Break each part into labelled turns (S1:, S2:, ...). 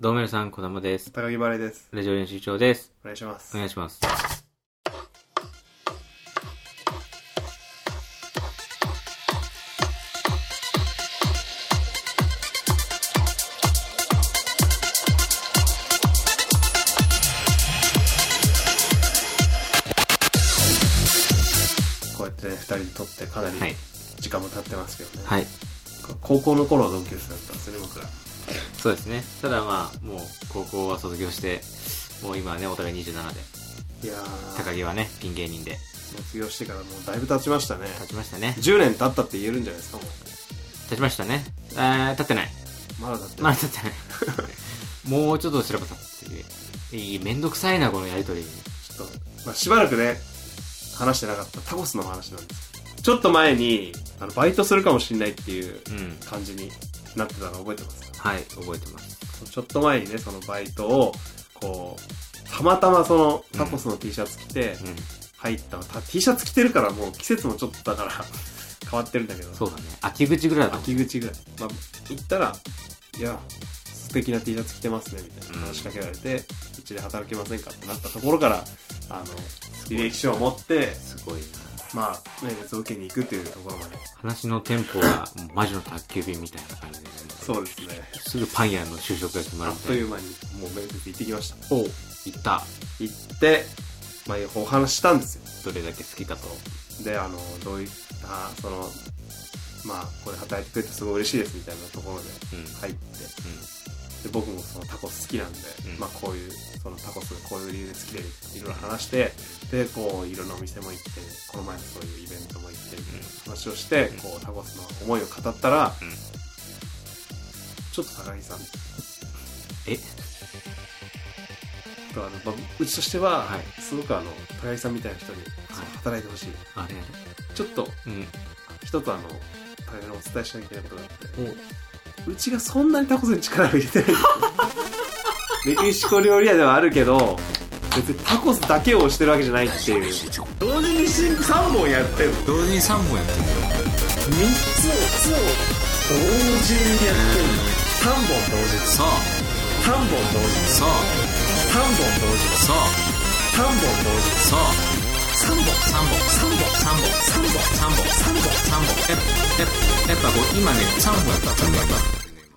S1: どうも皆さん、こだまです。
S2: 高木バレーです。
S1: ラジオ練習長です。
S2: お願いします。
S1: お願いします。
S2: こうやってね、二人で撮ってかなり
S1: はい。
S2: 時間も経ってますけどね。
S1: はい。
S2: 高校の頃は同級生だったんですよね、僕ら。
S1: そうですね。ただまあ、もう高校は卒業して、もう今はね、お互い27で、
S2: いや
S1: 高
S2: ー、
S1: 木はね、ピン芸人で
S2: 卒業してからもうだいぶ経ちましたね。
S1: 立ちましたね。
S2: 10年経ったって言えるんじゃないですか、もう。
S1: 立ちましたね。えー、立ってない。
S2: まだだって。
S1: まあ、立ってない。もうちょっとすれば立ってる。いい、めんどくさいな、このやりとり。
S2: ちょっと、まあ、しばらくね、話してなかったタコスの話なんですけど。ちょっと前に、あの、バイトするかもしんないっていう
S1: うん。
S2: 感じになってたの覚えてますか
S1: はい、覚えてます。
S2: ちょっと前にね、そのバイトを、こう、たまたまそのタコスの T シャツ着て、
S1: うん。
S2: 入ったた T シャツ着てるからもう季節もちょっとだから 変わってるんだけど
S1: そうだね。秋口ぐらいだと思う。
S2: 秋口ぐらい、まあ、行ったら「いや素敵な T シャツ着てますね」みたいな話しかけられて「うち、で働けませんか?」ってなったところからあの履歴書を持って
S1: すごいな。
S2: まあ面接を受けに行くというところまで
S1: 話のテンポが、もうマジの宅急便みたいな感じで、
S2: そうですね
S1: すぐパン屋の就職が決ま
S2: あ
S1: る
S2: っという
S1: う。
S2: 間にもう面接行ってきました
S1: お行った。
S2: 行ってまあお話ししたんですよ
S1: どれだけ好きかと。
S2: であのどういったそのまあこれ働いてくれてすごい嬉しいですみたいなところで
S1: うん。うん。
S2: 入ってで僕もそのタコス好きなんで、
S1: うん
S2: まあこういうそのタコスがこういう理由で好きでいろいろ話してでこういろんなお店も行ってこの前のそういうイベントも行って話をして
S1: うん
S2: こうタコスの思いを語ったら、
S1: うん
S2: ちょっと高木さん
S1: え
S2: とあのまあうちとしては、
S1: は
S2: すごくあの高木さんみたいな人に
S1: はい
S2: 働いてほしい、
S1: あれ
S2: ちょっと
S1: うん。
S2: 一つあの大変お伝えしなきゃいけないことがあって
S1: お
S2: うちがそんなにタコスに力を入 れてないメキシコ料理屋ではあるけど別にタコスだけをしてるわけじゃないっていう同時に3本やってる
S1: 同時に3本やってる
S2: 3つを同時にやってる3本同時
S1: そう
S2: 3本同時
S1: そう
S2: 3本同時
S1: そう
S2: 3本同時
S1: そう
S2: 3本
S1: 3本3本3本3本3本3本3本やっぱやっぱやっぱこう今ね3本やった3本やっ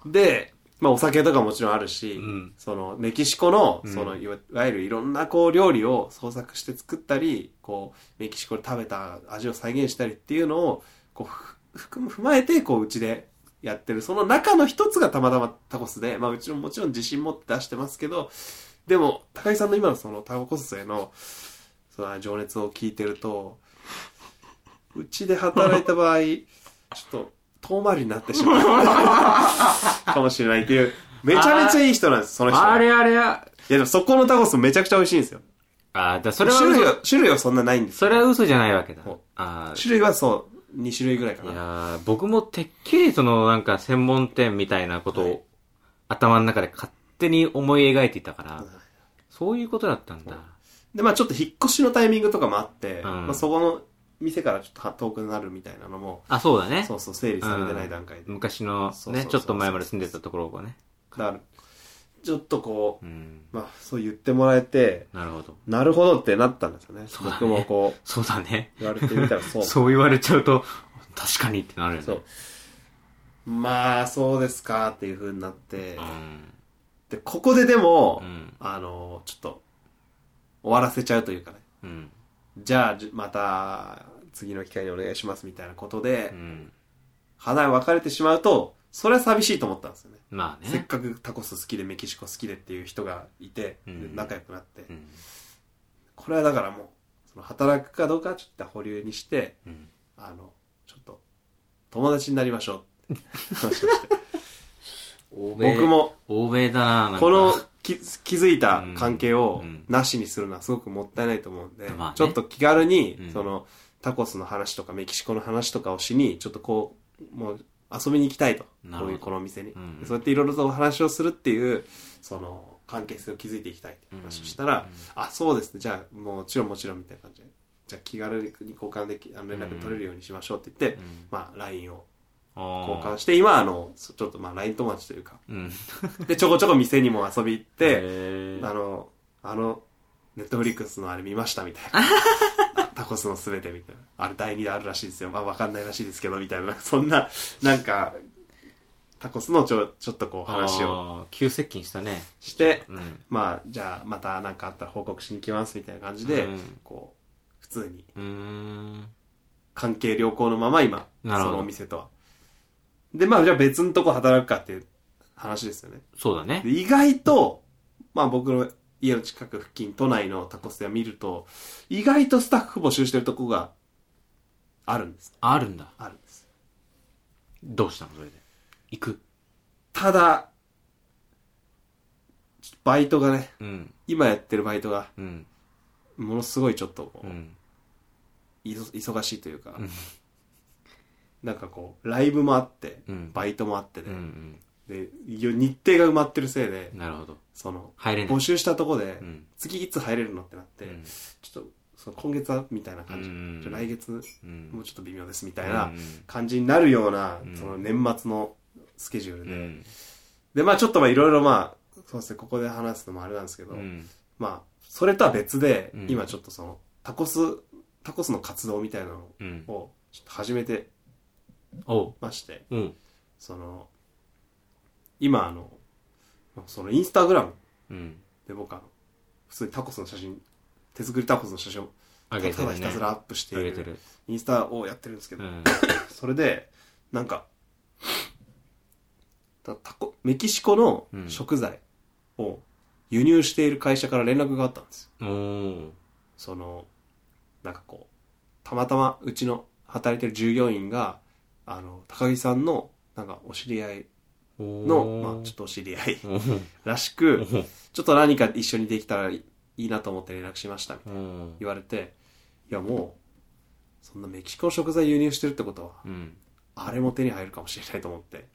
S1: た
S2: で、まあ、お酒とかもちろんあるし、
S1: うん
S2: そのメキシコの
S1: うん
S2: そのいわいわゆるいろんなこう料理を創作して作ったりこうメキシコで食べた味を再現したりっていうのをこうふ含む踏まえてこううちでやってるその中の一つがたまたまタコスで、まあ、うちももちろん自信持って出してますけどでも高井さんの今のそのタコスへのその情熱を聞いてるとうちで働いた場合ちょっと遠回りになってしまうかもしれないっていうめちゃめちゃいい人なんですその人
S1: あ
S2: は
S1: れあれあ
S2: いやでもそこのタコスめちゃくちゃ美味しいんですよ
S1: あだそれは
S2: 種類
S1: 嘘
S2: は種類はそんなないんです
S1: それは嘘じゃないわけだ
S2: そう
S1: あー
S2: 種類はそう2種類ぐらいか
S1: いや
S2: な
S1: ー僕もてっきりそのなんか専門店みたいなこと
S2: はい
S1: を頭の中で勝手に思い描いていたから
S2: はい
S1: そういうことだったんだ
S2: でまあちょっと引っ越しのタイミングとかもあって、
S1: ん
S2: まあ、そこの店からちょっとは遠くなるみたいなのも
S1: あそうだね
S2: そうそう整理されてない段階で、
S1: 昔の
S2: そうそう
S1: ね
S2: そう
S1: ちょっと前まで住んでたところをね
S2: だからちょっとこう
S1: うん
S2: まあそう言ってもらえて
S1: なるほど
S2: なるほどってなったんですよね。
S1: そうだね
S2: 僕もこう、
S1: そうだね
S2: 言われてみたらそ う。
S1: そう言われちゃうと確かにってなるよね
S2: そうまあ、そうですかっていう風になって、
S1: ん
S2: で、ここででも、
S1: うん
S2: あの、ちょっと、終わらせちゃうというかね、
S1: うん
S2: じゃあ、じまた、次の機会にお願いしますみたいなことで
S1: う、ん
S2: 花を別れてしまうと、それは寂しいと思ったんですよね。
S1: まあ
S2: せっ
S1: ね
S2: かくタコス好きでメキシコ好きでっていう人がいて、で
S1: うん
S2: 仲良くなって、
S1: うん
S2: これはだからもう、その働くかどうかはちょっと保留にして、
S1: うん
S2: あの、ちょっと、友達になりましょうって話をして。
S1: 欧米
S2: 僕も、
S1: 欧米だななんか
S2: このき気づいた関係を
S1: うんうん
S2: なしにするのはすごくもったいないと思うんで、
S1: まあね
S2: ちょっと気軽に、
S1: うん
S2: その、タコスの話とかメキシコの話とかをしに、ちょっとこう、もう遊びに行きたいと。
S1: なる
S2: こ
S1: ほど
S2: ういうこのお店に。
S1: うん
S2: そうやっていろいろとお話をするっていう、その、関係性を築いていきたいって話をしたら、あ、そうですね。じゃあ、もちろんもちろんみたいな感じで。じゃあ気軽に交換でき、あの連絡取れるようにしましょうって言って、
S1: うん
S2: まあ、LINE を交
S1: 交
S2: 換して、今はあの、そちょっとまあ LINE 友達というか、
S1: うん
S2: で、ちょこちょこ店にも遊び行って、
S1: へー
S2: あの、あの、ネットフリックスのあれ見ましたみたいな。 タコスのすべてみたいな。あれ第2弾あるらしいですよ。まあわかんないらしいですけど、みたいな。そんな、なんか、タコスのちょ、ちょっとこう話を
S1: あー急接近したね
S2: して、
S1: うん
S2: まあ、じゃあまたなんかあったら報告しに来ますみたいな感じで、
S1: うん
S2: こう、普通に
S1: うーん
S2: 関係良好のまま今、そ
S1: なるほど
S2: のお店とは。で、まあじゃあ別のとこ働くかっていう話ですよね。
S1: そうだね
S2: で意外と、まあ僕の家の近く付近、都内のタコス屋見ると、意外とスタッフ募集してるとこがあるんです。
S1: あるんだ
S2: あるんです。
S1: どうしたのそれで行く
S2: ただ、ちょっとバイトがね、
S1: うん
S2: 今やってるバイトが、
S1: うん
S2: ものすごいちょっとこう、
S1: うん
S2: いそ忙しいというか、
S1: うん
S2: なんかこう、ライブもあって、
S1: うん
S2: バイトもあって
S1: う
S2: で、
S1: ん
S2: で、いよ日程が埋まってるせいで
S1: う、んなるほど
S2: その、
S1: 入れない
S2: 募集したとこで、
S1: うん
S2: 次いつ入れるのってなって、
S1: うん
S2: ちょっと、その今月はみたいな感じ。
S1: うん
S2: じゃあ来月、
S1: うん
S2: もうちょっと微妙ですみたい
S1: うん
S2: な
S1: うん
S2: 感じになるような、
S1: うん
S2: その年末のスケジュール
S1: う
S2: で。
S1: ん
S2: で、まあちょっとまあいろいろまあ、そうですね、ここで話すのもあれなんですけど、
S1: うん
S2: まあ、それとは別で、
S1: うん
S2: 今ちょっとその、タコス、タコスの活動みたいなの
S1: うん
S2: を、ちょっと始めて
S1: おう
S2: まして、
S1: うん
S2: その、今あの、そのインスタグラム
S1: うん
S2: で僕あの、普通にタコスの写真、手作りタコスの写真を、
S1: あげて
S2: た
S1: る
S2: だ
S1: ね
S2: ひたすらアップしてい
S1: あげ
S2: る
S1: てる
S2: インスタをやってるんですけど
S1: う、 ん
S2: それで、なんか、たタコ、メキシコの
S1: うん
S2: 食材を輸入している会社から連絡があったんです
S1: お
S2: よ。
S1: ー
S2: その、なんかこう、たまたまうちの働いてる従業員が、あの、高木さんの、なんかお知り合い
S1: お
S2: の、
S1: ー
S2: まあちょっとお知り合い
S1: おー
S2: らしく、ちょっと何か一緒にできたらいいなと思って連絡しました、みたいな
S1: うん
S2: 言われて、いやもう、そんなメキシコの食材輸入してるってことは、
S1: うん
S2: あれも手に入るかもしれないと思って。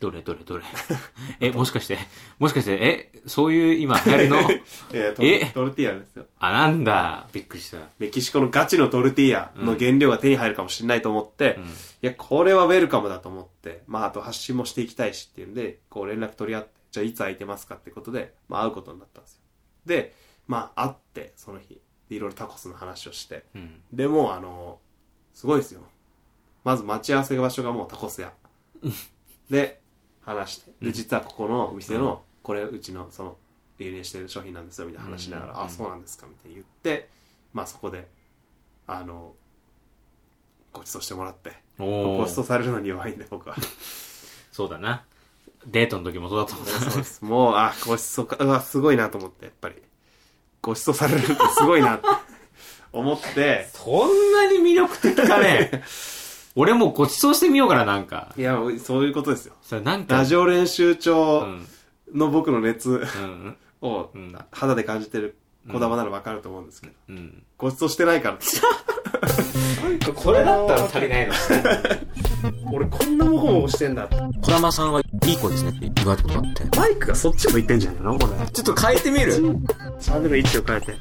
S1: どれどれどれ え、もしかして、もしかして、え、そういう今流行 りの、
S2: えート
S1: え
S2: トルティーヤですよ。
S1: あ、なんだ、びっくりした。
S2: メキシコのガチのトルティーヤの原料が手に入るかもしれないと思って、
S1: うん
S2: いや、これはウェルカムだと思って、まあ、あと発信もしていきたいしっていうんで、こう連絡取り合って、じゃあいつ空いてますかってことで、まあ会うことになったんですよ。で、まあ会って、その日、でいろいろタコスの話をして、
S1: うん。
S2: でもうあの、すごいですよ。まず待ち合わせ場所がもうタコス屋。で、話して。で、実はここのお店の、これうちのその、輸入してる商品なんですよ、みたいな話しながら、
S1: うん
S2: あ、そうなんですか、みたいに言って、まあそこで、あの、ごちそうしてもらって、
S1: お
S2: ごちそ
S1: ー
S2: うされるのに弱いんで僕は。
S1: そうだな。デートの時もそうだと思
S2: そう
S1: う。
S2: です。もう、あ、ごちそうか、うわ、すごいなと思って、やっぱり。ごちそうされるってすごいなって思って、
S1: そんなに魅力的かね 俺もうごちそうしてみようかな、なんか
S2: い。や、そういうことですよ。
S1: それなんか、
S2: ラジオ練習帳、
S1: うん。
S2: の僕の熱
S1: うん。
S2: を
S1: うん
S2: 肌で感じてる子玉ならわかると思うんですけど、
S1: うん。
S2: ごちそうしてないから。
S1: これだったら足りないの。
S2: 俺こんなもごもごしてんだ。
S1: 小玉さんはいい子ですねって言われたことあって。
S2: マイクがそっち向いてんじゃないのこれ。
S1: ちょっと変えてみる
S2: チャンネル位置を変えて。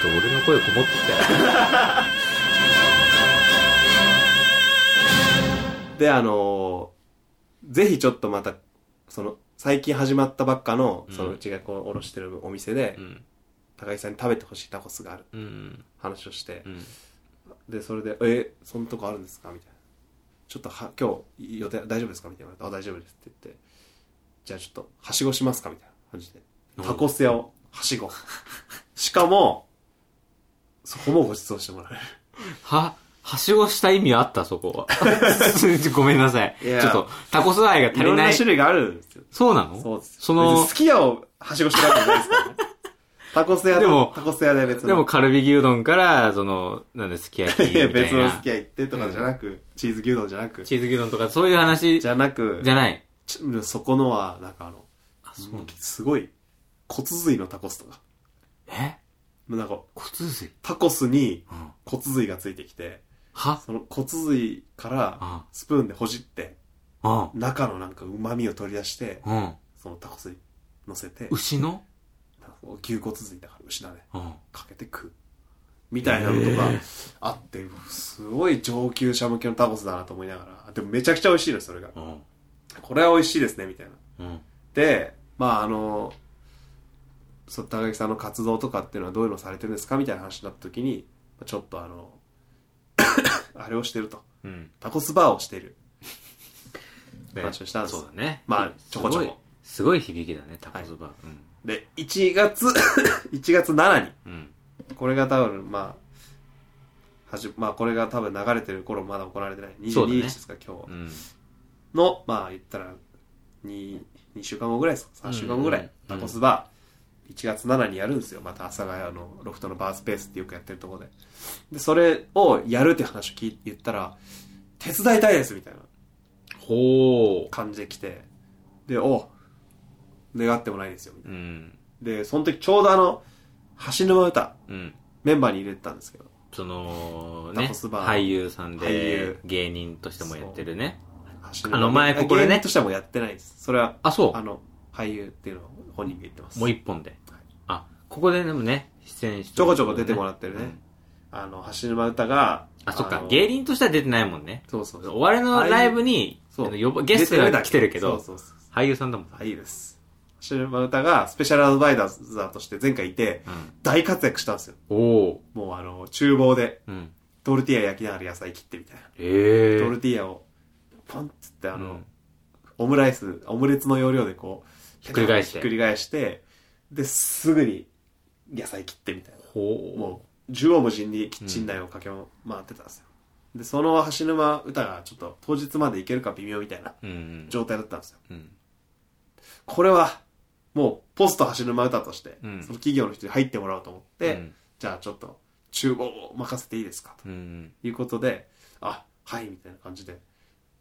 S1: ちょっと俺の声こもってたよ。
S2: で、あのーぜひちょっとまた、その、最近始まったばっかの、
S1: うん
S2: そのうちがこう、おろしてるお店で、
S1: うん。
S2: 高木さんに食べてほしいタコスがある
S1: うん。
S2: 話をして
S1: う、ん。
S2: で、それで、え、そんなとこあるんですかみたいな。ちょっとは、今日、予定大丈夫ですかみたいな。あ、大丈夫ですって言って。じゃあちょっと、はしごしますかみたいな感じで。タコス屋を、はしご。しかも、そこもご馳走してもらえる。
S1: は、はしごした意味あったそこは。 ごめんなさい。
S2: い
S1: ち
S2: や
S1: ょっと、タコス愛が
S2: い
S1: 足
S2: ろ
S1: り
S2: ん
S1: な。
S2: ない種類があるんですよ。
S1: そうなの
S2: そうです。
S1: その
S2: 別に好き屋をはしごしてるわけじゃないです からね。タコス屋
S1: でも
S2: と、タコス屋で別の。
S1: でも、カルビ牛丼から、その、なんですき焼きみ
S2: い
S1: た
S2: や
S1: い
S2: 別の好
S1: な
S2: き。屋行ってとかじゃなく、チーズ牛丼じゃなく、
S1: チーズ牛丼とか、そういう話
S2: じ
S1: じ
S2: ゃなく、
S1: ゃない。
S2: ちょそこのは、なんかあの、
S1: あ、そうなんだ
S2: すごい、骨髄のタコスとか。
S1: え
S2: なんか、
S1: 骨髄
S2: タコスに
S1: うん。
S2: 骨髄がついてきて、
S1: は
S2: その骨髄から
S1: あ
S2: スプーンでほじって、
S1: あ。
S2: 中のなんか旨味を取り出して、
S1: うん。
S2: そのタコスに乗せて、
S1: 牛の
S2: 牛骨髄だから牛だね。
S1: うん。
S2: かけて食う。みたいなのとか
S1: へえ
S2: あって、すごい上級者向けのタコスだなと思いながら。でもめちゃくちゃ美味しいのよ、それが。
S1: うん。
S2: これは美味しいですね、みたいな。
S1: うん。
S2: で、まああの、そう、高木さんの活動とかっていうのはどういうのをされてるんですかみたいな話になった時に、ちょっとあの、あれをしてると。
S1: うん。
S2: タコスバーをしてる。
S1: で
S2: 話をしたんです
S1: そうだね。
S2: まあちょこちょこ
S1: すごい。すごい響きだね、タコそば。
S2: で、1月、1月7に、
S1: うん。うん。
S2: これが多分、まあ、はじ、まあこれが多分流れてる頃まだ行われてない。
S1: そうだね
S2: 22日ですか、今
S1: う
S2: 日。
S1: ん。
S2: の、まあ言ったら、2、2週間後ぐらいですか ?3 週間後ぐらい。
S1: うん
S2: タコスバー、1月7にやるんですよ。また阿佐ヶ谷のロフトのバースペースってよくやってるところで。で、それをやるって話を聞い言ったら、手伝いたいですみたいな
S1: ほ
S2: 感じで来て、で、お願ってもないですよ。みた
S1: う。。
S2: いうなんで、その時ちょうどあの、橋沼歌、
S1: うん。
S2: メンバーに入れてたんですけど、
S1: その、
S2: タ
S1: ね、
S2: コスバー
S1: 俳優さん
S2: 俳
S1: で
S2: 優、
S1: 芸人としてもやってるね。
S2: 橋
S1: あの前ここでね
S2: 芸人としてはもうやってないです。それは、
S1: あ、そう
S2: あ。の、俳優っていうのを本人が言ってます。
S1: もう一本で。あ、ここででもね、出演して
S2: ちょこちょこ出てもらってるね。
S1: うん
S2: あの、橋沼歌が、
S1: あ、そっか
S2: の。
S1: 芸人としては出てないもんね。
S2: そうそうそう。
S1: お笑いのライブに、
S2: そう
S1: あの呼ばゲストが来てるけど、
S2: そうそうそう
S1: 俳優さんだもん。
S2: はい、いいです。橋沼歌がスペシャルアドバイザーとして前回いて、
S1: うん。
S2: 大活躍したんですよ。
S1: おお。
S2: もうあの、厨房で、
S1: うん。
S2: トルティーヤ焼きながら野菜切ってみたいな。
S1: ええ。
S2: トルティーヤを、ポンっつってあ
S1: あ
S2: の、
S1: の、
S2: オムライス、オムレツの要領でこう、ひ
S1: っくり返して
S2: ひっくり返して、で、すぐに野菜切ってみたいな。
S1: ほ
S2: もう縦横無尽にキッチン内を駆け回ってたんですよ、でその橋沼歌がちょっと当日まで行けるか微妙みたいな
S1: う。うん。
S2: 状態だったんですよ
S1: うん。
S2: これはもうポスト橋沼歌として、
S1: うん
S2: その企業の人に入ってもらおうと思って、
S1: うん
S2: じゃあちょっと厨房を任せていいですか
S1: うんうん。
S2: ということであはいみたいな感じで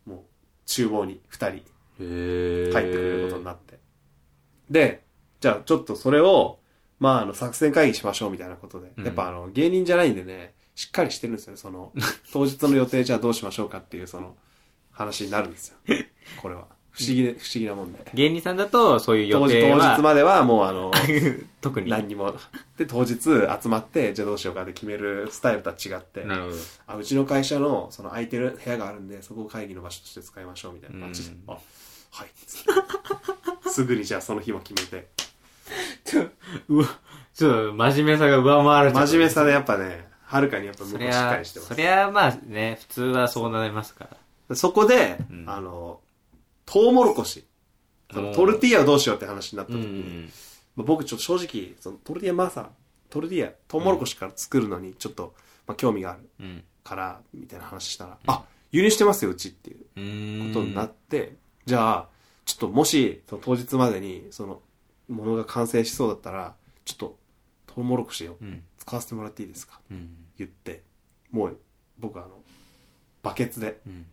S2: もう厨房に2人入
S1: へえ。
S2: ってくれることになって、でじゃあちょっとそれをまあ、あの、作戦会議しましょうみたいなことで。
S1: うん
S2: やっぱあの、芸人じゃないんでね、しっかりしてるんですよね。その、 当日の予定じゃあどうしましょうかっていう、その、話になるんですよ。これは。不思議で、不思議なもんで。
S1: 芸人さんだと、そういう
S2: 当
S1: 予
S2: 日、
S1: 定
S2: 当
S1: は。
S2: 日まではもうあの、
S1: 特に。
S2: 何にも。で、当日集まって、じゃあどうしようかって決めるスタイルとは違って。
S1: なるほど。
S2: あ、うちの会社の、その空いてる部屋があるんで、そこを会議の場所として使いましょうみたいな感じで
S1: うん。
S2: あ、はいっつって。 すぐにじゃあその日も決めて。
S1: うわ、ちょっと真面目さが上回る。
S2: 真面目さでやっぱね、はるかにやっぱ向こ
S1: そうり
S2: しっか
S1: ゃ
S2: り、してます
S1: そ。りゃまあね、普通はそうなりますから。
S2: そこで、
S1: うん
S2: あの、トウモロコシ。そ
S1: お
S2: の
S1: ー
S2: トルティーヤをどうしようって話になった
S1: う
S2: 時に、
S1: ん。
S2: まあ、僕ちょっと正直、そのトルティーヤマーサー、トルティーヤ、トウモロコシから作るのにちょっと、まあ、興味がある
S1: うん。
S2: から、みたいな話したら、あ、輸入してますよ、うちっていう
S1: う
S2: こ
S1: ん。
S2: とになって、じゃあ、ちょっともし、その当日までに、その、ものが完成しそうだったら、ちょっと、トウモロコシを
S1: うん。
S2: 使わせてもらっていいですか
S1: うん。
S2: 言って、もう、僕はあの、バケツで
S1: うん。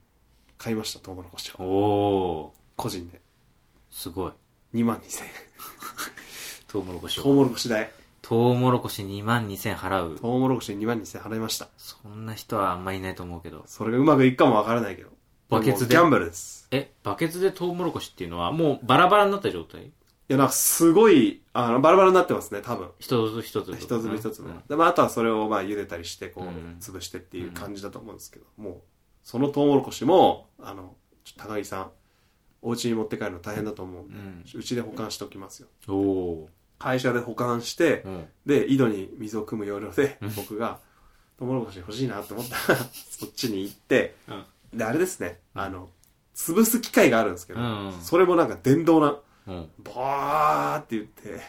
S2: 買いました、トウモロコシを。
S1: おー、
S2: 個人で。
S1: すごい。
S2: 2万2000円。
S1: トウモロコシ
S2: トウ
S1: を。
S2: モロコシ代。
S1: トウモロコシ2万2000払う。
S2: トウモロコシ2万2000円払いました。
S1: そんな人はあんまりいないと思うけど。
S2: それがうまくいくかもわからないけど。
S1: バケツで
S2: もうギャンブルです。
S1: え、バケツでトウモロコシっていうのはもうバラバラになった状態
S2: いや、なんかすごい、あの、バラバラになってますね、多分。
S1: 一つ一つ。
S2: 一粒一粒。
S1: うん
S2: で、まあ、あとはそれをまあ茹でたりして、こう
S1: うん、
S2: 潰してっていう感じだと思うんですけど、もう、そのトウモロコシも、あの、ちょっと高木さん、お家に持って帰るの大変だと思うんで
S1: うん、
S2: うちで保管しておきますよ。
S1: おー。
S2: 会社で保管して
S1: う、ん。
S2: で、井戸に水を汲む要領で、僕が、トウモロコシ欲しいなって思ったら、 そっちに行って、
S1: うん。
S2: で、あれですね、
S1: うん
S2: あの、潰す機械があるんですけど、
S1: うんうん
S2: それもなんか電動な、
S1: うん。
S2: バーって言って、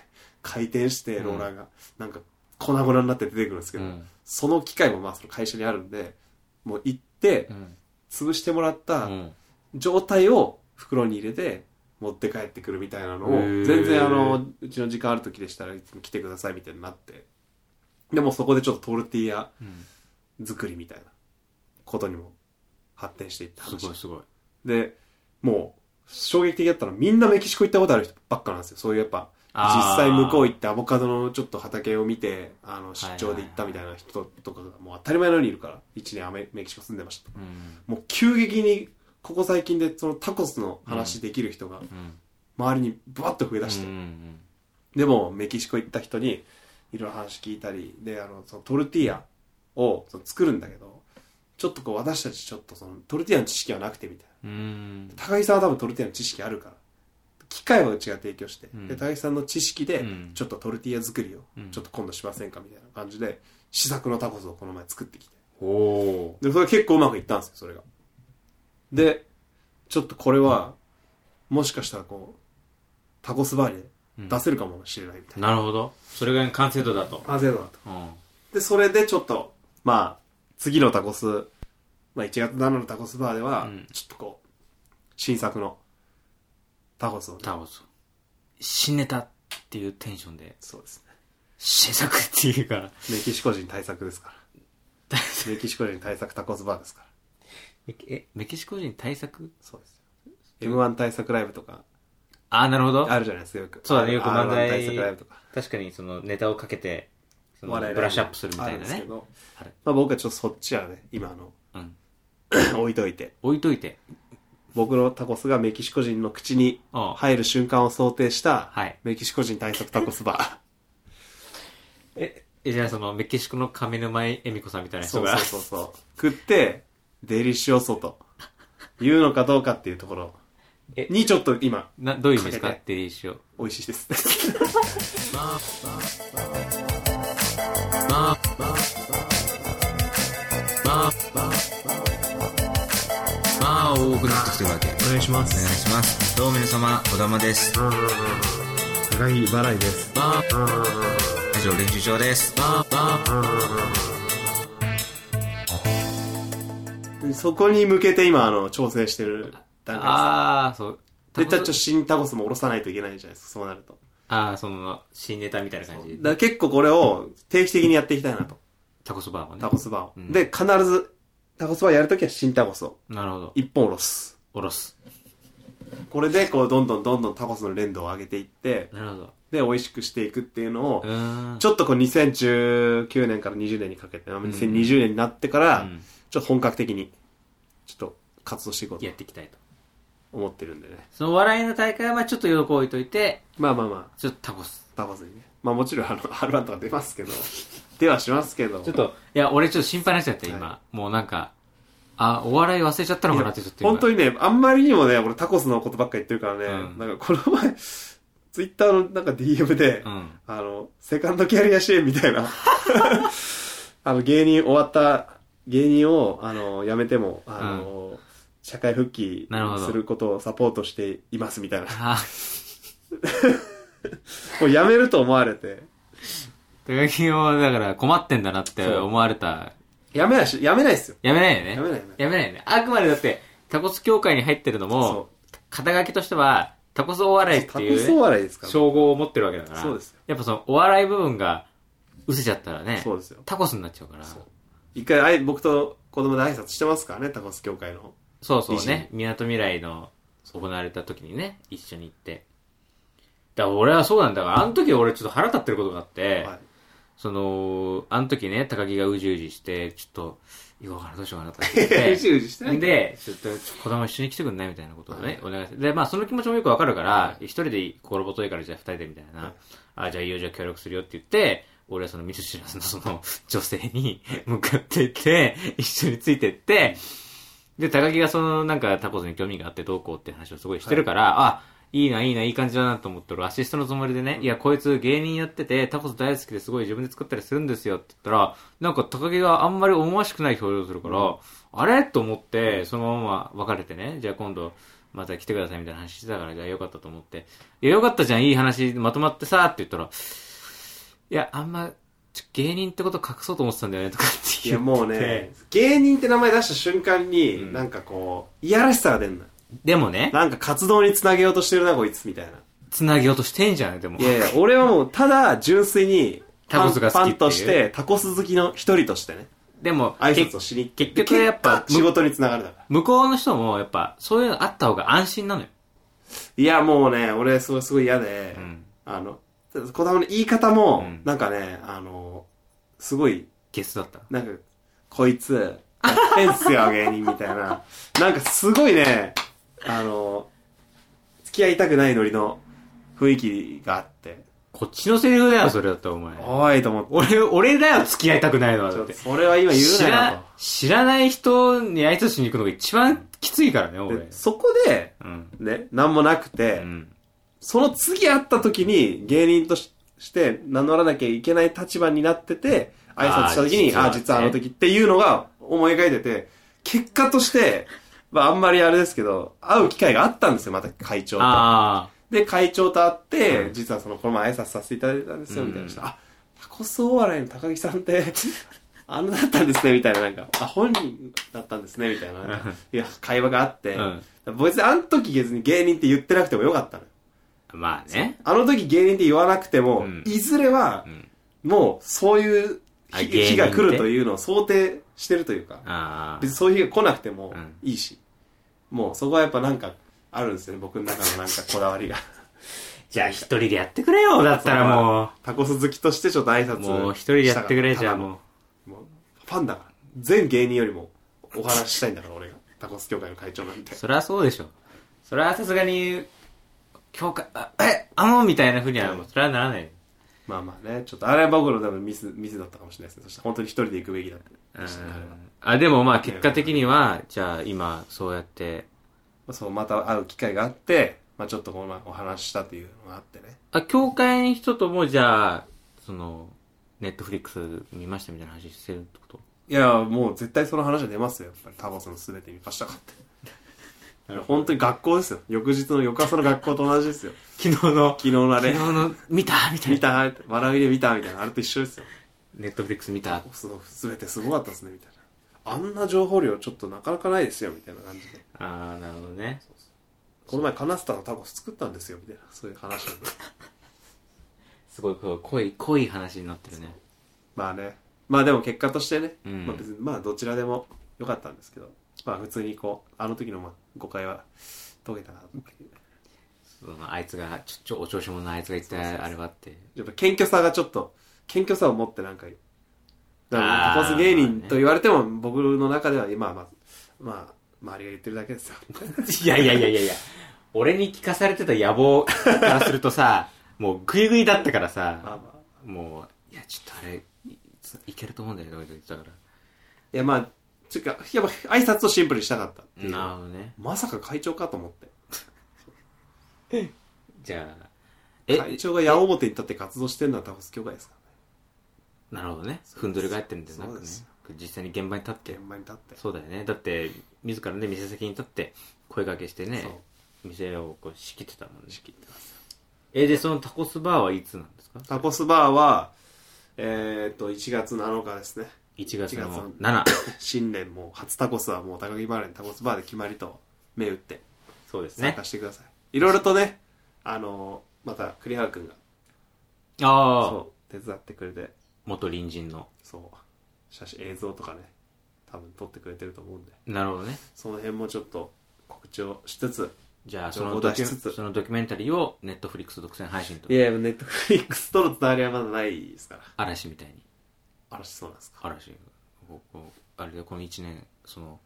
S2: 回転して、
S1: うん
S2: ローラーが、なんか粉々になって出てくるんですけ
S1: う
S2: ど、
S1: ん。
S2: その機械もまあその会社にあるんで、もう行って
S1: う、ん。
S2: 潰してもらっ
S1: う
S2: た
S1: ん。
S2: 状態を袋に入れて、持って帰ってくるみたいなの
S1: へ
S2: を、
S1: ー
S2: 全然あの、うちの時間ある時でしたらいつも来てくださいみたいになって、でもうそこでちょっとトルティーヤ
S1: うん
S2: 作りみたいなことにも発展していった
S1: す
S2: 話
S1: ごいすごい。
S2: で、もう、衝撃的だったのはみんなメキシコ行ったことある人ばっかなんですよ。そういうやっぱ、
S1: あ
S2: 実
S1: ー
S2: 際向こう行ってアボカドのちょっと畑を見て、あの、出張で行ったみたいな人とかがもう当たり前のようにいるから、1年アメメキシコ住んでました。
S1: うん。
S2: もう急激に、ここ最近でそのタコスの話できる人が、
S1: うん。
S2: 周りにブワッと増えだして、
S1: うん
S2: でもメキシコ行った人にいろいろ話聞いたりであのそのトルティーヤをその作るんだけどちょっとこう私たちちょっとそのトルティーヤの知識はなくてみたいな
S1: うんうん
S2: 高木さんは多分トルティーヤの知識あるから機械はうちが提供して、
S1: うん
S2: で高木さんの知識で
S1: うん
S2: ちょっとトルティーヤ作りを
S1: うん
S2: ちょっと今度しませんかみたいな感じで試作のタコスをこの前作ってきて
S1: おお
S2: で、それ結構うまくいったんですよ、それが。で、ちょっとこれは、もしかしたらこう、タコスバーに
S1: うん
S2: 出せるかもしれないみたいな。
S1: なるほどそれが完成度だと
S2: あ、ゼロだと。
S1: うん
S2: で、それでちょっと、まあ、次のタコス、まあ1月7のタコスバーでは
S1: うん、
S2: ちょっとこう、新作のタコスをね、
S1: タオス新ネタっていうテンションで
S2: そうですね。
S1: 新作っていうから
S2: メキシコ人対策です から。メキシコ人対策タコスバーですから。
S1: えメキシコ人対策
S2: そうですよ。M1 対策ライブとか、
S1: ああなるほど
S2: あるじゃないですか、よく。
S1: そうだねよく
S2: R1
S1: 漫才
S2: 対策ライブとか。
S1: 確かにそのネタをかけてその
S2: お笑いライブ
S1: ブラッシュアップするみた
S2: あ
S1: いな
S2: んですけ
S1: ね
S2: ど
S1: ある
S2: まあ、僕はちょっとそっちはね、今あの、
S1: うん
S2: 置いといて、
S1: 置いといて
S2: 僕のタコスがメキシコ人の口に
S1: ああ
S2: 入る瞬間を想定した
S1: はい、
S2: メキシコ人対策タコスバー。
S1: ええじゃあそのメキシコの上沼恵美子さんみたいな
S2: そ
S1: 人
S2: うそ
S1: が
S2: うそうそう。食って、デリシオソと言うのかどうかっていうところ
S1: え
S2: にちょっと今、
S1: などういう意味ですか
S2: かけ
S1: っていうしよう
S2: 美味しいです。
S3: まあ多くなってきてるわけ
S4: お願いしま
S3: お願い
S4: す。
S3: しますどうも皆様小玉です
S4: 高木払いです。
S3: 以上練習場です
S2: そこに向けて今、あの、調整してる段階
S1: ああそう
S2: です。絶対ちょっと新タコスもおろさないといけないじゃないですか、そうなると。
S1: ああその新ネタみたいな感じ
S2: だから結構これを定期的にやっていきたいなと。
S1: タコそばはね
S2: タコスバーを。
S1: うん
S2: で、必ず、タコスバーやるときは新タコスを。
S1: なるほど
S2: 一本おろす。
S1: おろす
S2: これで、こう、どんどんどんどんタコスの連動を上げていって、
S1: なるほど
S2: で、美味しくしていくっていうの
S1: う
S2: を、
S1: ーん
S2: ちょっとこう、2019年から20年にかけて、まあ2020年になってから、
S1: うん
S2: ちょっと本格的に、ちょっと活動していこうと
S1: やっていきたいと
S2: 思ってるんでね。
S1: その笑いの大会はちょっとよく置いといて
S2: まあまあまあ、
S1: ちょっとタコス
S2: タコスにね。まあもちろん、あの、R1 とか出ます けど、出はしますけど。
S1: ちょっと、いや、俺ちょっと心配になっちゃった、今。もうなんか、あ、お笑い忘れちゃったのかなってちょっと今
S2: 本当にね、あんまりにもね、俺タコスのことばっか言ってるからね、
S1: うん
S2: なんかこの前、 ツイッターのなんか DM で、
S1: うん。
S2: あの、セカンドキャリア支援みたいな、 あの、芸人終わった、芸人を、あの、辞めても、あの、社会復帰
S1: なるほど
S2: することをサポートしていますみたいな。
S1: あ、
S2: もう辞めると思われて、
S1: 高木も、だから困ってんだなって
S2: そう
S1: 思われた。
S2: 辞めないし、辞めないっすよ。
S1: やめないよね。
S2: 辞めないよね
S1: やめないよね。あくまでだって、タコス協会に入ってるのも
S2: そ、
S1: 肩書きとしては、タコスお笑いって
S2: タコ
S1: いう
S2: ス
S1: ね、
S2: お笑いですから。
S1: 称号を持ってるわけだから。
S2: そうですよ
S1: やっぱその、お笑い部分が、失せちゃったらね、
S2: そうですよ
S1: タコスになっちゃうから。
S2: そう一回あい、僕と子供で挨拶してますからね、タコス協会の。
S1: そうそう
S2: 一緒に
S1: ね。みなとみらいの行われた時にね、一緒に行って。だから俺はそうなんだから、あの時俺ちょっと腹立ってることがあって、
S2: はい。
S1: その、あの時ね、高木がうじうじして、ちょっと、行こうかな、どうしようかなとか言って。
S2: うじうじしてない
S1: で、ちょっと、子供一緒に来てくんないみたいなことをね、お願いして。で、まあ、その気持ちもよくわかるから、一人で心細いから、じゃあ二人でみたいな。
S2: はい
S1: あ、じゃあいいよ、じゃあ協力するよって言って、俺はその見ず知らずのその女性に向かってって、一緒についてって、で、高木がその、なんかタコスに興味があってどうこうって話をすごいしてるから、あ、いいな、いいな、いい感じだなと思ってるアシストのつもりでね、いや、こいつ芸人やってて、タコス大好きですごい自分で作ったりするんですよって言ったら、なんか高木があんまり思わしくない表情をするから、あれと思って、そのまま別れてね、じゃあ今度、また来てくださいみたいな話してたから、じゃあよかったと思って、いや、よかったじゃん、いい話まとまってさ、って言ったら、いや、あんま、ちょ芸人ってこと隠そうと思ってたんだよね、とかって
S2: い
S1: 言って。
S2: やもうね、芸人って名前出した瞬間に、
S1: ん
S2: なんかこう、いやらしさが出んのよ
S1: でもね、
S2: なんか活動につなげようとしてるな、こいつ、みたいな。
S1: つなげようとしてんじゃん、でも。
S2: いやいや、俺はもう、ただ、純粋に、
S1: タコスが好きっていう
S2: ファンとして、タコス好きの一人としてね、
S1: でも、
S2: 挨拶をしに行って
S1: 結結局やっぱ
S2: 結果仕事につながるだから。
S1: 向こうの人も、やっぱ、そういうのあった方が安心なのよ。
S2: いや、もうね、俺、それすごい嫌で、
S1: うん
S2: あの、こだまの言い方も、
S1: うん
S2: なんかね、あの、すごい、
S1: ゲスだった。
S2: なんか、こいつ、や ってんすよ、芸人みたいな。なんかすごいね、あの、付き合いたくないノリの雰囲気があって、
S1: こっちのセリフだよ、それだったらお前。
S2: おいと思って、
S1: 俺、俺だよ、付き合いたくないのは。
S2: ち
S1: だ
S2: ょ
S1: っ
S2: っと
S1: て。
S2: それは今言う
S1: 知
S2: なよ
S1: ら、知らない人に挨拶しに行くのが一番きついからね、
S2: と。
S1: 俺
S2: で。そこで、
S1: うん。
S2: ね、なんもなくて、
S1: うん。
S2: その次会った時に芸人としして名乗らなきゃいけない立場になってて、挨拶した時に、
S1: あー
S2: あー、
S1: 実
S2: 実
S1: は
S2: は
S1: ね
S2: あの時っていうのが思い描いてて、結果として、まああんまりあれですけど、会う機会があったんですよ、また会長と。
S1: あ
S2: で、会長と会って、
S1: うん
S2: 実はその、この前挨拶させていただいたんですよ、みたいな人、
S1: うん
S2: あ、タコス大笑いの高木さんって、 あのだったんですね、みたいな、なんか、あ、本人だったんですね、みたいな、なんかいや、会話があって、
S1: うん
S2: 別にあの時別に芸人って言ってなくてもよかったのよ。
S1: あ。まあね。
S2: あの時芸人って言わなくても、
S1: うん
S2: いずれは
S1: う、ん。
S2: もうそういう
S1: あ芸人
S2: 日
S1: って
S2: 日が来るというのを想定してるというか、
S1: ああ
S2: 別。にそういう日が来なくても
S1: うん
S2: いいし、もうそこはやっぱなんかあるんですよね、僕の中のなんかこだわり が。
S1: じゃあ一人でやってくれよ、だったらも
S2: タコス好きとしてちょっと挨拶
S1: う。もう一人でやってくれ、
S2: した
S1: じ
S2: か
S1: ゃあ
S2: ら
S1: もう。
S2: もうファンだから。全芸人よりもお話ししたいんだから俺が。タコス協会の会長なん て。
S1: そりゃそうでしょ。それはさすがに、教会、あ、え、あのみたいな風には、もうそれはならない。
S2: まあまあね、ちょっとあれは僕の多分ミス、ミスだったかもしれないですね。そして本当に一人で行くべきだった。
S1: うん
S2: そしたらあれば
S1: あ、でもまあ結果的には、じゃあ今、そうやって、
S2: まあそう、また会う機会があって、まあちょっとこの前お話ししたっていうのがあってね。
S1: あ、教会の人ともじゃあ、その、ネットフリックス見ましたみたいな話してるってこと
S2: いや、もう絶対その話は出ますよ。やっぱりタバスの全て見ましたかって。本当に学校ですよ。翌日の翌朝の学校と同じですよ。
S1: 昨日の、
S2: 昨日のあ
S1: 昨
S2: れ
S1: 日、の、見たみたい
S2: 見
S1: な。
S2: たって笑いで見たみたいな、あれと一緒ですよ。
S1: ネットフリックス見た。
S2: すごい全てすごかったですね、みたいな。あんな情報量ちょっとなかなかないですよ、みたいな感じで。
S1: あー、なるほどね。
S2: この前カナスタのタコス作ったんですよ、みたいな。そういう話なんで。
S1: すごい、こう濃い、濃い話になってるね。
S2: まあね。まあでも結果としてね、
S1: うん
S2: まあ別に、まあどちらでも良かったんですけど、まあ普通にこう、あの時のまあ誤解は解けたなっていう。
S1: その、あいつが、ちょ、ちょ、お調子者のあいつが言った、あれはって。
S2: やっぱ謙虚さがちょっと、謙虚さを持ってなんか、だから
S1: あー
S2: タコス芸人と言われても、僕の中では今はまあ、まあ、周りが言ってるだけです よ。
S1: いやいやいやいやいや、俺に聞かされてた野望からすると さ、もうグイグイだったから
S2: まあ
S1: さ、
S2: まあ。
S1: もう、いや、ちょっとあれ、いいけると思うんだよね、とか言ってたか
S2: いやまあ、ちゅうか、やっぱ挨拶をシンプルにしたかったってい
S1: ら。
S2: う
S1: なるほどね。
S2: まさか会長かと思って。
S1: じゃあ、え、
S2: 会長が矢面に立って活動してるのはタコス協会ですか
S1: なるほどね。ふんどり返ってるんじゃなく
S2: そう
S1: ね
S2: です。
S1: 実際に現場に立っ
S2: ら
S1: て
S2: ね。。現場に立って。
S1: そうだよね。だって、自らね、店先に立って、声掛けしてね
S2: そう、
S1: 店をこう仕切ってたもんね。
S2: 仕切ってます。
S1: え、で、そのタコスバーはいつなんですか
S2: タコスバーは、えーっと、1月7日ですね。
S1: ?1 月の
S2: 1
S1: 7。
S2: 新年も、初タコスはもう高木バーレンタコスバーで決まりと、目打って。
S1: そうです
S2: 参
S1: ね
S2: 加。してください、いろいろとねあのまた栗原君が
S1: ああ、
S2: そう手伝ってくれて
S1: 元隣人の。
S2: そう写真映像とかね多分撮ってくれてると思うんで
S1: なるほどね。
S2: その辺もちょっと告知をしつつ
S1: じゃあそ
S2: 情報
S1: のドキ
S2: 出しつ
S1: ュ
S2: つ
S1: そのドキュメンタリーをネットフリックス独占配信と
S2: いやネットフリックスとのつながりはまだないですから
S1: 嵐みたいに
S2: 嵐そうなんですか
S1: 嵐こうこうあれでこの1年その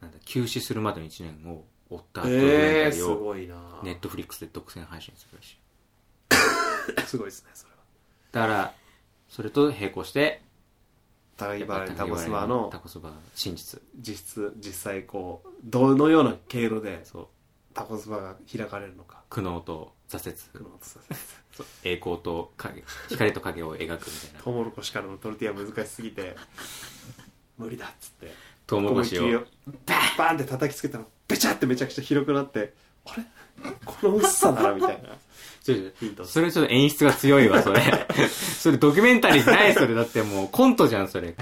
S1: なんだ休止するまでの1年を追ったドキュメ
S2: え
S1: ン
S2: ー、
S1: タリ
S2: す
S1: ーを
S2: ごいな、
S1: ネットフリックスで独占配信するらしい
S2: すごいですねそれは
S1: だからそれと並行して
S2: 高木バーレン
S1: 高
S2: タ
S1: 木
S2: コスバーの
S1: タコスバー真実
S2: 実質実際こうどのような経路で
S1: そう
S2: タコスバーが開かれるのか
S1: 苦悩と挫
S2: 苦
S1: 折
S2: 悩とさせて
S1: そう栄光と影光と影を描くみたいな
S2: トウモロコシからのトルティア難しすぎて無理だっつって
S1: トウモロコシを
S2: バーンバーンって叩きつけたらベチャってめちゃくちゃ広くなってあれこの薄さならみたいな
S1: ちょちょ
S2: ヒント
S1: それちょっと演出が強い わ、それ。それドキュメンタリーじゃない、それ。だってもうコントじゃん、それ。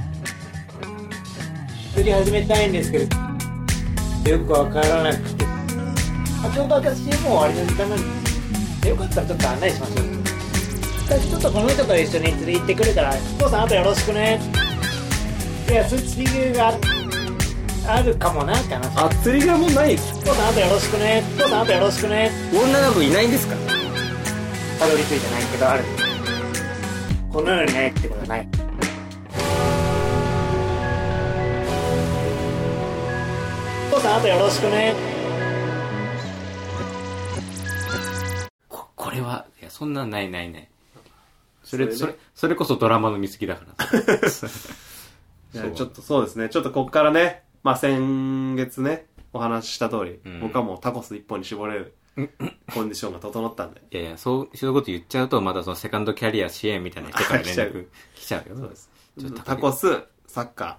S5: 釣り始めたいんですけどよくわからなくてあちょうど私もう終わりの時間なんでよかったらちょっと案内しましょう私ちょっとこの人と一緒に釣り行ってくるから父さんあとよろしくねいや釣りがあるかもなって話
S2: あ釣りがもうない
S5: 父さんあとよろしくね父さんあとよろしくね
S2: 女の子いないんですか
S5: たどり着いてないけどあるこの世にないってことはない父さんあとよろしくね
S1: や、そんなんないないない。 そ
S2: それ
S1: れ、
S2: ね
S1: それ、それこそドラマの見過ぎだから。
S2: い
S1: そ
S2: や
S1: う
S2: ちょっとそうですね。ちょっとこっからね、まあ、先月ね、お話しした通り、
S1: うん
S2: 僕はもうタコス一本に絞れるコンディションが整ったんで。
S1: いやいや、そう、そういうこと言っちゃうと、またそのセカンドキャリア支援みたいな人から連
S2: 来ちゃ う
S1: 絡来ちゃうよ。
S2: そうです
S1: ちょっと高木
S2: タコス、サッカー、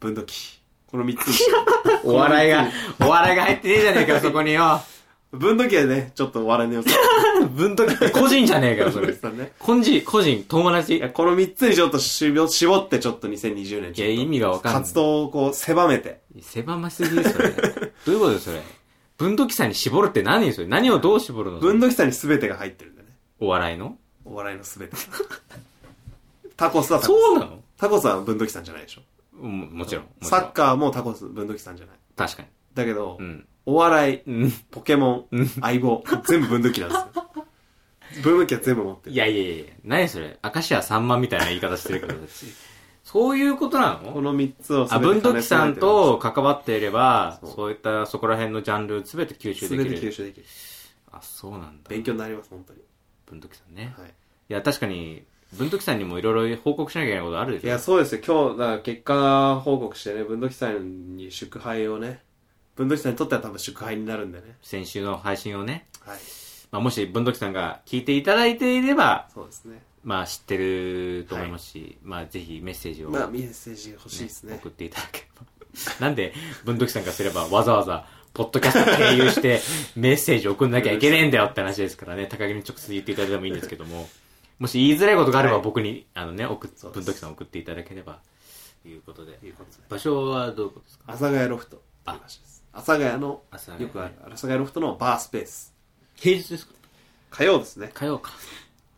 S2: 分度器。この三つに。
S1: お笑いが、 お笑いが入ってねえじゃねえかよ、そこに よ。
S2: 分度器はね、ちょっとお笑いの要素。
S1: 分と個人じゃねえかよ、そ
S2: 分度
S1: れ
S2: 器。さんね。
S1: 個人、個人、友達
S2: い。や、この三つにちょっと絞絞って、ちょっと2020年ちょっと
S1: いや意味がわかんない
S2: 活動をこう、狭めて。
S1: 狭ましすぎる、それ。ど ういうことよそれ。分度器さんに絞るって何それ何をどう絞るの
S2: 分度器さんに全てが入ってるんでね。
S1: お笑いの
S2: お笑い の全て。タコスはタコス。
S1: そうなの
S2: タコスは分度器さんじゃないでしょ。
S1: ももちろん。もち
S2: サ
S1: ろん
S2: ッカーもタコス、分度器さんじゃない。
S1: 確かに。
S2: だけど、
S1: うん。
S2: お笑い、
S1: うん。
S2: ポケモン、相棒、全部分度器なん ですよ。分度器は全部持って
S1: い
S2: る。
S1: やいやいや、何それ明石家さんまみたいな言い方してるけど、 私そういうことな
S2: こ
S1: の
S2: の三つを
S1: あ、
S2: 全て兼
S1: 文土
S2: ね備えてる
S1: 器さんと関わっていれば、
S2: そう
S1: そういったそこら辺のジャンル全て吸収
S2: 全
S1: で
S2: て
S1: き
S2: 吸
S1: る。
S2: 収できる。
S1: あ、そうなんだ。
S2: 勉強になります、本当に。
S1: 文土器さんね。
S2: はい。
S1: いや、確かに、文土器さんにもいろいろ報告しなきゃいけないことあるでしょ
S2: いや、そうですよ。今日、だから結果報告してね、文土器さんに祝杯をね、文土器さんにとっては多分祝杯になるんでね。
S1: 先週の配信をね、
S2: はい。
S1: まあ、もし文土器さんが聞いていただいていれば、
S2: そうですね。
S1: まあ、知ってると思いますし、まあ、ぜひメッセージを、
S2: まあ、メッセージ欲しいですね。
S1: 送っていただければ。なんで、文土器さんからすればわざわざ、ポッドキャスト経由して、メッセージ送んなきゃいけねえんだよって話ですからね、高木に直接言っていただいてもいいんですけども、もし言いづらいことがあれば僕に、あのね、送っ
S2: そうです
S1: 文土器さん送っていただければ、ということで
S2: と。いうことで。
S1: 場所はどういうことですか
S2: 阿佐ヶ谷ロフトっていう場所です。阿佐ヶ谷の
S1: 阿佐ヶ、谷
S2: よくある、阿佐ヶ谷ロフトのバースペース。
S1: 平日ですか
S2: 火曜ですね。
S1: 火曜か。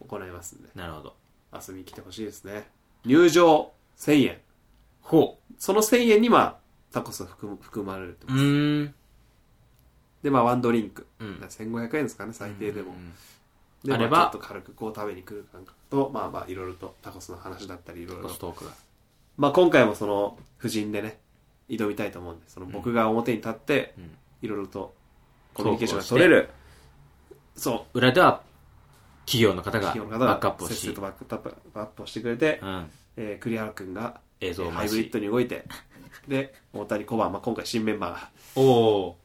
S2: 行いますんで。
S1: なるほど。
S2: 遊びに来てほしいですね。入場1000円。
S1: ほ
S2: その1000円にまあ、タコス含む含まれるってこ
S1: う。う
S2: とです
S1: ーん。
S2: で、まあ、ワンドリンク。
S1: うん
S2: だから1500円ですかね、最低でも。
S1: うん
S2: で、
S1: あれ
S2: ま
S1: ば
S2: あ、ちょっと軽くこう食べに来る感覚と、まあまあ、いろいろとタコスの話だったり、いろいろ
S1: コス
S2: と。
S1: トークが。
S2: まあ、今回もその、夫人でね、挑みたいと思うんで、その僕が表に立って
S1: う、ん
S2: いろいろとコミュニケーションが取れる。そう。
S1: 裏では、企業の方がバ
S2: 企業の方が
S1: ックアップを
S2: せっせ
S1: し
S2: と、バックアップバックアップをしてくれて
S1: う、ん。
S2: えー栗原くんが、
S1: 映像を
S2: えーハ
S1: 回
S2: イ
S1: し
S2: ブリッドに動いて、で、大谷小判、まあ、今回新メンバーが、
S1: おお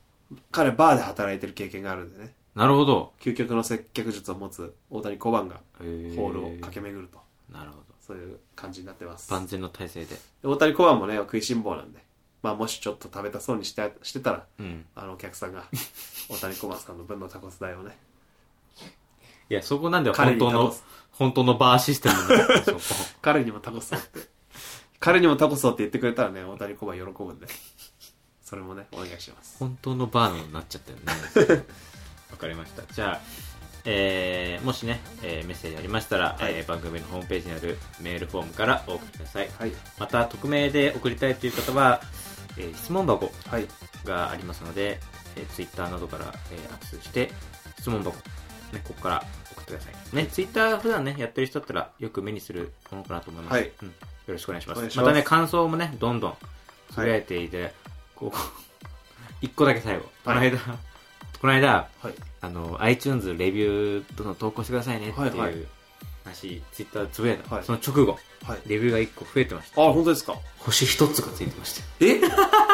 S2: 彼バーで働いてる経験があるんでね、
S1: ーなるほど。
S2: 究極の接客術を持つ大谷小判が、
S1: ホー
S2: ホールを駆け巡ると、
S1: なるほど。
S2: そういう感じになってます。
S1: 万全の体制で。
S2: 大谷小判もね、食いしん坊なんで、まあ、もしちょっと食べたそうにしてしてたら、
S1: うん。
S2: あの、お客さ んが、大谷小判さんの分のタコス代をね、
S1: いや、そこなんだよ、
S2: 彼
S1: 本
S2: に
S1: 当
S2: タコ
S1: の
S2: ス、
S1: 本当のバーシステムなんだよそこ。
S2: 彼にもタコスをって、彼にもタコスをって言ってくれたらね、大谷小判喜ぶんで、それもね、お願いします。
S1: 本当のバーになっちゃったよね。わかりました。じゃあ、えー、もしね、えーメッセージありましたら、えー番組のホームページにあるメールフォームからお送りください。
S2: はい。
S1: また、匿名で送りたいという方は、えー質問箱
S2: はい。
S1: がありますので、えー、Twitter などから、えーアクセスして、質問箱、ね、ここから送ってください。ね、Twitter 普段ね、やってる人だったらよく目にするものかなと思います。
S2: はい
S1: うん、よろしくお願いします。
S2: お願いし
S1: ま
S2: ます
S1: たね、感想もね、どんどんつぶやいていて、こう、一個だけ最後。この間、この間、
S2: はい。
S1: あの、iTunes レビューどんどん投稿してくださいねっていう話、
S2: はいはい
S1: Twitter でつぶやいた、
S2: はい
S1: その直後、
S2: はい。
S1: レビューが一個増えてました。
S2: あ、本当ですか
S1: 星一つがついてました。
S2: え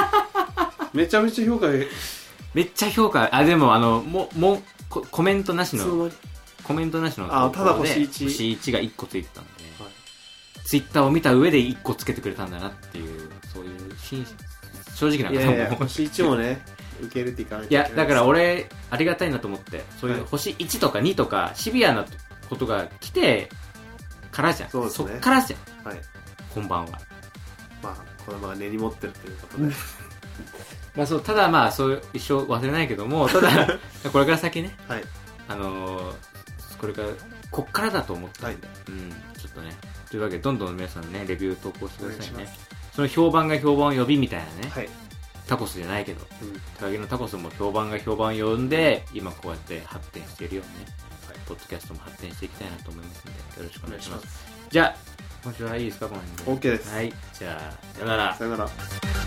S2: めちゃめちゃ評価がい
S1: めっちゃ評価、あ、でも、あの、も、も、ココメントなし
S2: つの
S1: の、
S2: 間に
S1: コメントなしの
S2: あ
S1: 投稿で
S2: ただ星一
S1: 星1が1個ついてたんで、
S2: はい
S1: ツイッターを見た上で1個つけてくれたんだなっていう、そういう、真正直ない方
S2: や
S1: も。
S2: いや、星1もね、受け入れていかない
S1: い
S2: といけな
S1: や
S2: い、
S1: だから、俺、ありがたいなと思って、そうい
S2: は
S1: う
S2: い
S1: 星1とか2とか、シビアなことが来てからじゃん。
S2: そうですね
S1: っからじゃん、
S2: はい。
S1: 本番は。
S2: まあ、子供が根に持ってるという ことで、
S1: まあ、そう、ただまあ、そう、一生忘れないけども、ただ、 これから先ね、
S2: はい。
S1: あのーこれから、こっからだと思って、
S2: はい。
S1: うん、ちょっとね。というわけで、どんどん皆さんね、レビュー投稿して
S2: お
S1: くだ
S2: 願い
S1: さ
S2: し
S1: い
S2: ま
S1: ね。
S2: す。
S1: その評判が評判を呼びみたいなね、
S2: はい。
S1: タコスじゃないけど、
S2: うん
S1: 高木のタコスも評判が評判を呼んで、今こうやって発展しているようにね、
S2: はい
S1: ポッドキャストも発展していきたいなと思いますので、よろしく
S2: お
S1: お願
S2: 願
S1: い
S2: い
S1: し
S2: し
S1: ま。
S2: ますす。
S1: じゃあ、今週はいいですか、この辺で。
S2: OK です
S1: はい、じゃあ、さよなら。
S2: さよなら。
S1: 「